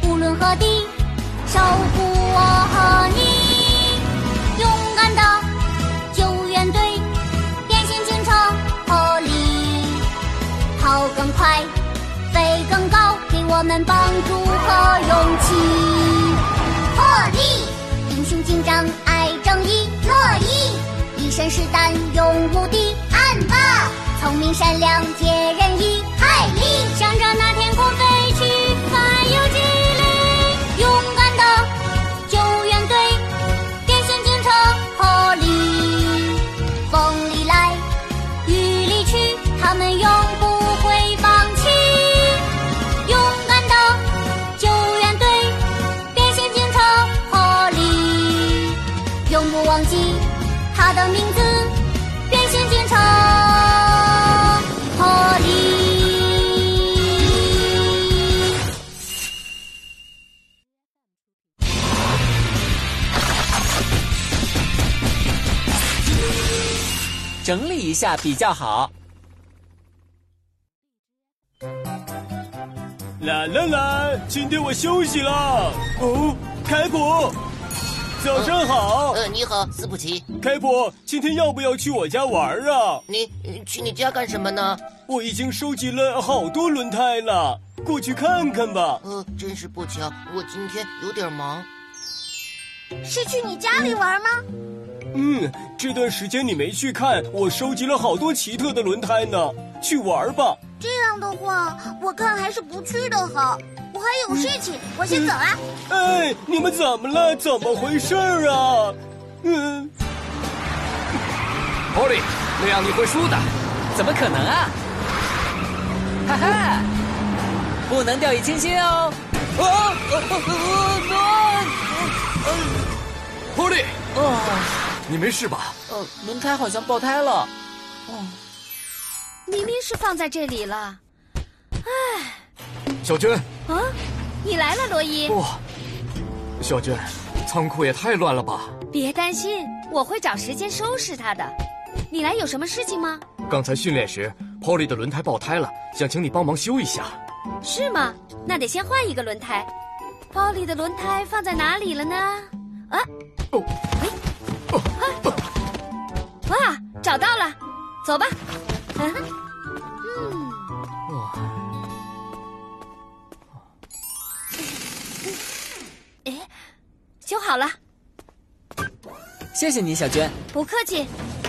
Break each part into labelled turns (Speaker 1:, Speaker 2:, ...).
Speaker 1: 天和地，守护我和你。勇敢的救援队，变形警车破例，跑更快，飞更高，给我们帮助和勇气。破例，英雄警长爱正义，乐意一身是胆勇无敌，暗霸聪明善良解人意，海力向着那天空飞去，还有激励。勇敢的救援队，变形警车破例，风里来，雨里去，他们永不会放弃。勇敢的救援队，变形警车破例，永不忘记他的名字，变形警车破例。
Speaker 2: 整理一下比较好。
Speaker 3: 啦啦啦！今天我休息了。哦，凯普，早上好，
Speaker 4: 呃，你好，斯普奇，
Speaker 3: 凯普，今天要不要去我家玩啊？
Speaker 4: 你呃去你家干什么呢？
Speaker 3: 我已经收集了好多轮胎了，过去看看吧。
Speaker 4: 呃，真是不巧，我今天有点忙。
Speaker 1: 是去你家里玩吗？
Speaker 3: 嗯，这段时间你没去看，我收集了好多奇特的轮胎呢。去玩吧。
Speaker 1: 这样的话，我看还是不去的好。我还有事情，我先走啊了。
Speaker 5: 嗯
Speaker 3: 哎，你们怎么了？怎么回事儿啊？嗯，
Speaker 6: 波利，那样你会输的。
Speaker 2: 怎么可能啊？哈哈，不能掉以轻心哦。
Speaker 6: 啊
Speaker 2: 哦哦哦哦
Speaker 6: 波利，
Speaker 2: 哦！哦
Speaker 6: 你没事吧？
Speaker 2: 呃，轮胎好像爆胎了。
Speaker 5: 明明是放在这里了。
Speaker 6: 小娟，
Speaker 5: 啊，你来了，罗伊，
Speaker 6: 不，小娟，仓库也太乱了吧？
Speaker 5: 别担心，我会找时间收拾它的。你来有什么事情吗？
Speaker 6: 刚才训练时，Polly 的轮胎爆胎了，想请你帮忙修一下。
Speaker 5: 是吗？那得先换一个轮胎。Polly 的轮胎放在哪里了呢？啊，
Speaker 6: 哦，
Speaker 5: 啊哇，找到了，走吧。嗯，嗯哎，修好了，
Speaker 2: 谢谢你，小娟。
Speaker 5: 不客气。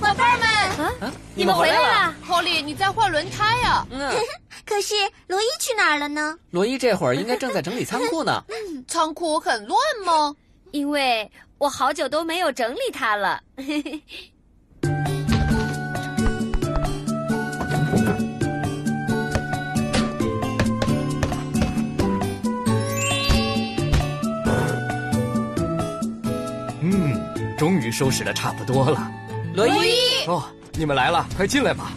Speaker 1: 宝贝儿们，
Speaker 5: 啊，
Speaker 2: 啊，
Speaker 5: 你们回来了。
Speaker 7: Polly，你在换轮胎呀、
Speaker 5: 啊
Speaker 2: 嗯，
Speaker 1: 可是罗伊去哪儿了呢？
Speaker 2: 罗伊这会儿应该正在整理仓库 呢。
Speaker 7: 仓库很乱吗？
Speaker 5: 因为我好久都没有整理它了。
Speaker 6: 嗯，终于收拾的差不多了。
Speaker 2: 罗伊，
Speaker 6: 哦，你们来了，快进来吧。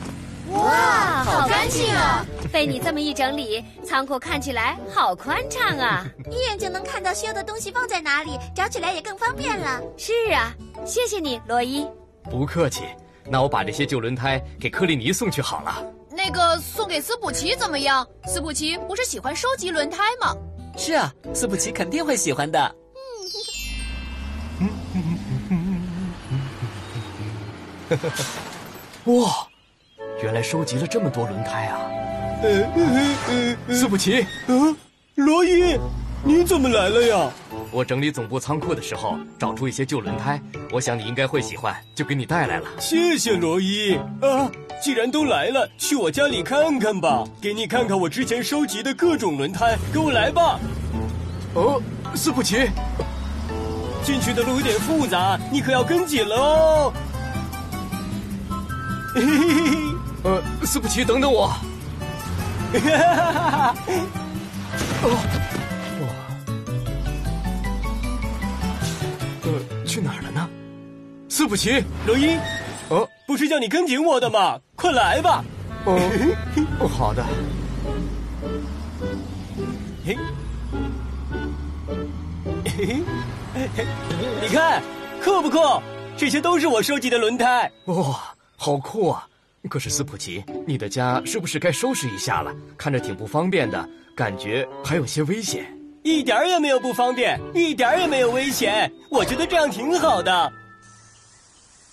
Speaker 5: 哇，
Speaker 2: 好
Speaker 7: 干净啊！
Speaker 5: 被你这么一整理，仓库看起来好宽敞啊！
Speaker 1: 一眼就能看到需要的东西放在哪里，找起来也更方便了。
Speaker 5: 是啊，谢谢你，罗伊。
Speaker 6: 不客气，那我把这些旧轮胎给克利尼送去好了。
Speaker 7: 那个送给斯普奇怎么样？斯普奇不是喜欢收集轮胎吗？
Speaker 2: 是啊，斯普奇肯定会喜欢的。
Speaker 6: 哇，原来收集了这么多轮胎啊！
Speaker 3: 呃呃呃
Speaker 6: 斯普奇，
Speaker 3: 呃，啊，罗伊，你怎么来了呀？
Speaker 6: 我整理总部仓库的时候找出一些旧轮胎，我想你应该会喜欢，就给你带来了。
Speaker 3: 谢谢罗伊啊！既然都来了，去我家里看看吧，给你看看我之前收集的各种轮胎，跟我来吧。
Speaker 6: 哦，斯普奇，
Speaker 3: 进去的路有点复杂，你可要跟紧了哦。嘿嘿嘿
Speaker 6: 呃，斯普奇，等等我。 哦，哇，呃，去哪儿了呢？斯普奇，
Speaker 3: 罗伊，
Speaker 6: 哦，
Speaker 3: 不是叫你跟紧我的吗？快来吧！
Speaker 6: 哦，哦，好的，
Speaker 3: 嘿，嘿嘿，你看，酷不酷？这些都是我收集的轮胎。
Speaker 6: 哇、好酷啊！可是斯普奇，你的家是不是该收拾一下了？看着挺不方便的，感觉还有些危险。
Speaker 3: 一点儿也没有不方便，一点儿也没有危险，我觉得这样挺好的。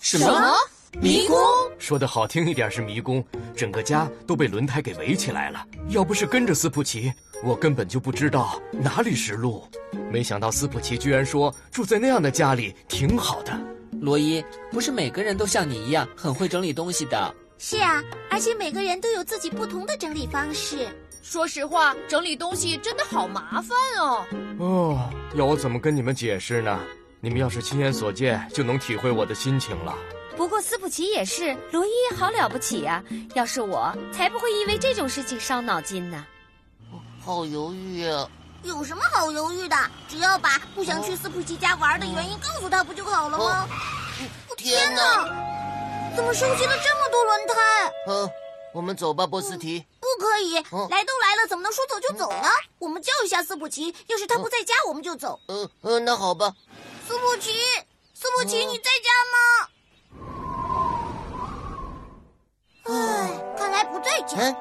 Speaker 2: 什
Speaker 1: 哦
Speaker 7: 什
Speaker 5: 哦
Speaker 7: 么？迷宫？
Speaker 6: 说的好听一点是迷宫，整个家都被轮胎给围起来了。要不是跟着斯普奇，我根本就不知道哪里是路。没想到斯普奇居然说住在那样的家里挺好的。
Speaker 2: 罗伊，不是每个人都像你一样很会整理东西的。
Speaker 1: 是啊，而且每个人都有自己不同的整理方式。
Speaker 7: 说实话，整理东西真的好麻烦哦。
Speaker 6: 哦，要我怎么跟你们解释呢？你们要是亲眼所见，就能体会我的心情了。
Speaker 5: 不过斯普奇也是，罗伊好了不起啊呀、要是我，才不会因为这种事情伤脑筋呢。
Speaker 4: 好犹豫啊呀、
Speaker 1: 有什么好犹豫的？只要把不想去斯普奇家玩的原因告诉他不就好了吗？
Speaker 4: 天哪！
Speaker 1: 怎么收集了这么多轮胎？
Speaker 4: 呃，我们走吧，波斯提。
Speaker 1: 不可以
Speaker 4: 哦，
Speaker 1: 来都来了，怎么能说走就走呢？我们叫一下斯普奇，要是他不在家，我们就走。
Speaker 4: 呃呃，那好吧。
Speaker 1: 斯普奇，斯普奇，
Speaker 4: 哦
Speaker 1: 你在家吗？唉，看来不在家。
Speaker 4: 嗯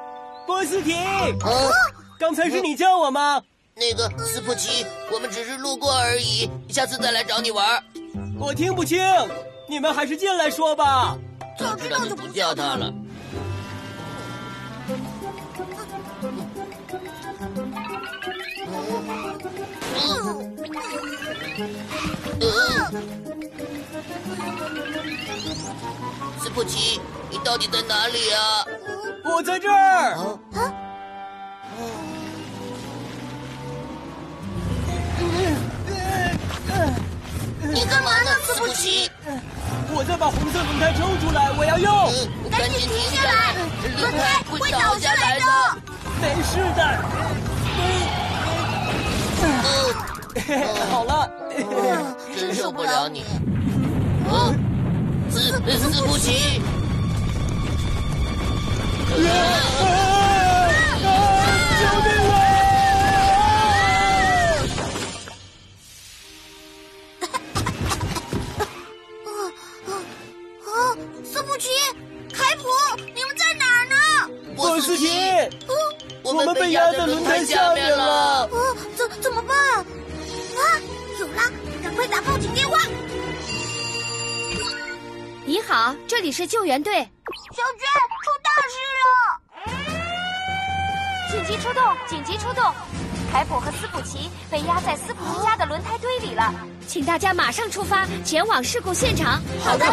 Speaker 3: 波斯提，
Speaker 4: 呃，
Speaker 3: 刚才是你叫我吗？
Speaker 4: 那个斯普奇，我们只是路过而已，下次再来找你玩儿。
Speaker 3: 我听不清，你们还是进来说吧。
Speaker 4: 早知道就不叫他了。
Speaker 1: 哎
Speaker 4: 斯普奇，你到底在哪里啊？
Speaker 3: 我在这儿。
Speaker 4: 啊
Speaker 1: 你干嘛呢，斯
Speaker 4: 斯
Speaker 1: 普
Speaker 4: 普
Speaker 1: 奇？
Speaker 4: 奇，
Speaker 3: 我再把红色轮胎抽出来，我要用。
Speaker 4: 嗯
Speaker 1: 赶紧停下来，轮胎会倒下来的。。
Speaker 3: 没事的。
Speaker 4: 嗯
Speaker 3: 好了，
Speaker 4: 真受不了你。啊，斯呃斯普奇。
Speaker 1: 啊，斯普奇，凯普，你们在哪儿呢？
Speaker 3: 波斯提，
Speaker 4: 我
Speaker 3: 我们被压在轮胎下面了。
Speaker 1: 啊，怎怎么办？啊，有了，赶快打报警电话！
Speaker 5: 你好，这里是救援队，
Speaker 1: 小娟，出大事
Speaker 5: 紧急出动，紧急出动！凯普和斯普奇被压在斯普奇家的轮胎堆里了，请大家马上出发，前往事故现场。好的。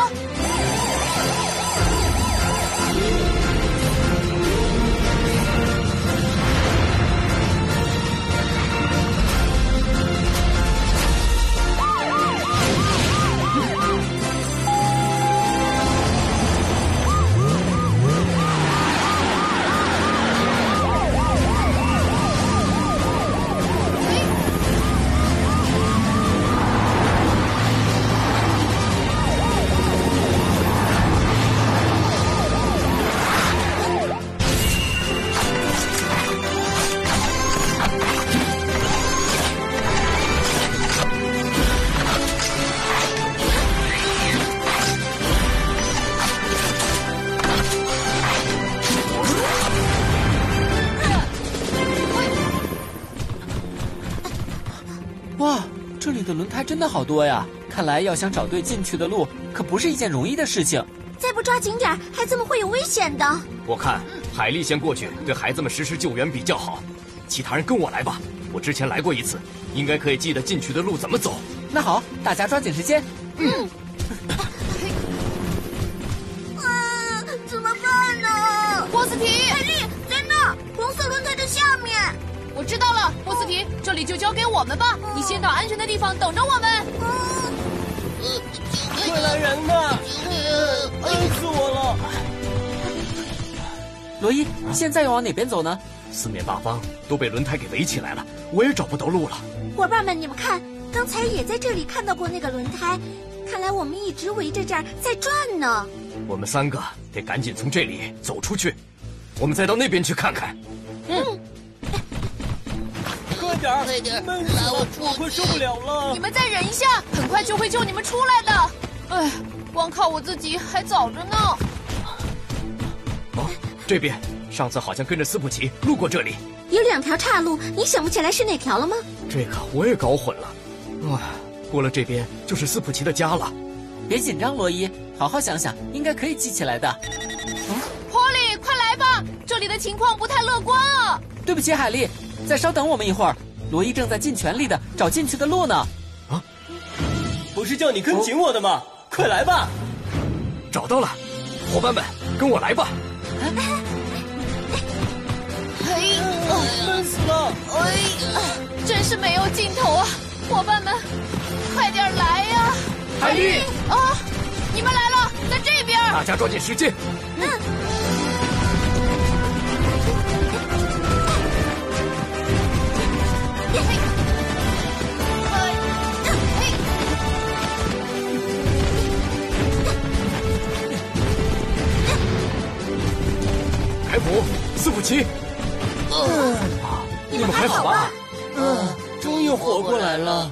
Speaker 2: 哇，这里的轮胎真的好多呀！看来要想找对进去的路，可不是一件容易的事情。
Speaker 1: 了！再不抓紧点儿，孩子们会有危险的。
Speaker 6: 我看海莉先过去，对孩子们实施救援比较好。其他人跟我来吧，我之前来过一次，应该可以记得进去的路怎么走。
Speaker 2: 那好，大家抓紧时间。
Speaker 1: 啊，怎么办呢？
Speaker 7: 波斯提，
Speaker 1: 凯莉，在那儿，红色轮胎的下面。
Speaker 7: 我知道了，波斯提，这里就交给我们吧，你先到安全的地方等着我们。
Speaker 3: 快来人呐！
Speaker 4: 呃
Speaker 3: 饿死我了。
Speaker 2: 罗伊，现在要往哪边走呢？
Speaker 6: 四面八方都被轮胎给围起来了，我也找不到路了。
Speaker 1: 伙伴们，你们看，刚才也在这里看到过那个轮胎，看来我们一直围着这儿在转呢。
Speaker 6: 我们三个得赶紧从这里走出去，我们再到那边去看看。
Speaker 3: 快点儿，
Speaker 4: 快点儿
Speaker 3: 闷死
Speaker 4: 拉
Speaker 3: 了
Speaker 4: 我，
Speaker 3: 我快受不了了
Speaker 7: 你。们再忍一下，很快就会救你们出来的。哎，光靠我自己还早着呢。
Speaker 6: 哦，这边，上次好像跟着斯普奇路过这里。
Speaker 8: 有两条岔路，你想不起来是哪条了吗？
Speaker 6: 这个我也搞混了。哇，过了这边就是斯普奇的家了。
Speaker 2: 别紧张，罗伊，好好想想，应该可以记起来的。
Speaker 7: Polly，快来吧，这里的情况不太乐观啊！
Speaker 2: 对不起，海莉，再稍等我们一会儿。罗伊正在尽全力的找进去的路呢。
Speaker 3: 不是叫你跟紧我的吗？快来吧！
Speaker 6: 找到了，伙伴们，跟我来吧！
Speaker 7: 嘿，
Speaker 4: 嗯
Speaker 3: 闷死了！
Speaker 7: 哎，真是没有尽头啊！伙伴们，快点来呀、
Speaker 6: 海莉，啊
Speaker 7: 啊，你们来了，在这边。
Speaker 6: 大家抓紧时间。凯普，斯普奇，你们还好吧？
Speaker 3: 终于活过来了。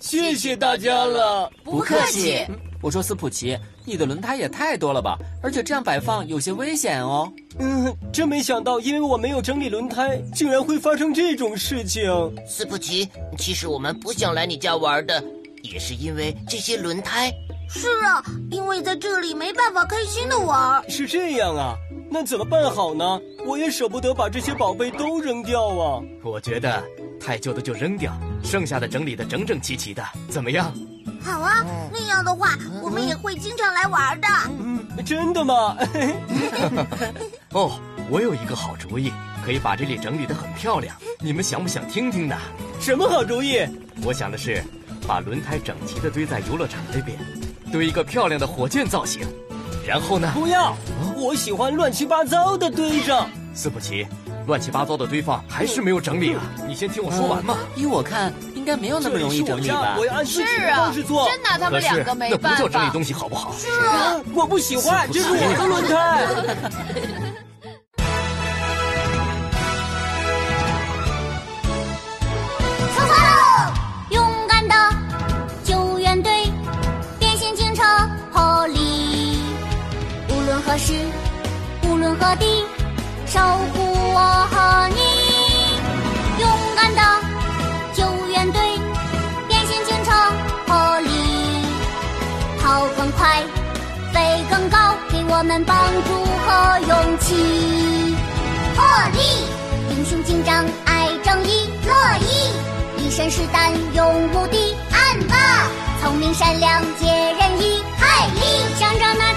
Speaker 3: 谢谢大家了。
Speaker 2: 不客气。我说斯普奇，你的轮胎也太多了吧？而且这样摆放有些危险哦。
Speaker 3: 嗯，真没想到，因为我没有整理轮胎，竟然会发生这种事情。
Speaker 4: 斯普奇，其实我们不想来你家玩的，也是因为这些轮胎。
Speaker 8: 是啊，因为在这里没办法开心的玩儿。
Speaker 3: 是这样啊，那怎么办好呢？我也舍不得把这些宝贝都扔掉啊。
Speaker 6: 我觉得太旧的就扔掉，剩下的整理的整整齐齐的，怎么样？
Speaker 8: 好啊，那样的话，我们也会经常来玩儿的。
Speaker 3: 真的吗？
Speaker 6: 哦，我有一个好主意，可以把这里整理得很漂亮。你们想不想听听呢？
Speaker 3: 什么好主意？
Speaker 6: 我想的是，把轮胎整齐地堆在游乐场这边，堆一个漂亮的火箭造型。然后呢，
Speaker 3: 不要，我喜欢乱七八糟的堆着。
Speaker 6: 斯普奇，乱七八糟的堆放还是没有整理啊！你先听我说完嘛。
Speaker 7: 嗯
Speaker 2: 依我看，应该没有那么容易整理
Speaker 3: 这里是我
Speaker 2: 吧
Speaker 3: 家我？要按自己
Speaker 7: 是
Speaker 3: 的
Speaker 7: 啊
Speaker 3: 方式，做。
Speaker 7: 真拿他
Speaker 6: 可
Speaker 7: 们
Speaker 6: 是
Speaker 7: 两个没
Speaker 6: 那不
Speaker 7: 办
Speaker 6: 叫整理
Speaker 7: 法。
Speaker 6: 东西，好不好？
Speaker 3: 啊我不喜欢，这是
Speaker 7: 啊
Speaker 3: 我的轮胎。
Speaker 1: 出发喽！勇敢的救援队，变形警车破例，无论何时，无论何地，守护我和你。勇敢的救援队，变形警车破例，跑更快，飞更高，给我们帮助和勇气。破例，英雄警长爱正义，乐意一身是胆勇无敌，暗霸聪明善良解人意，海力想着那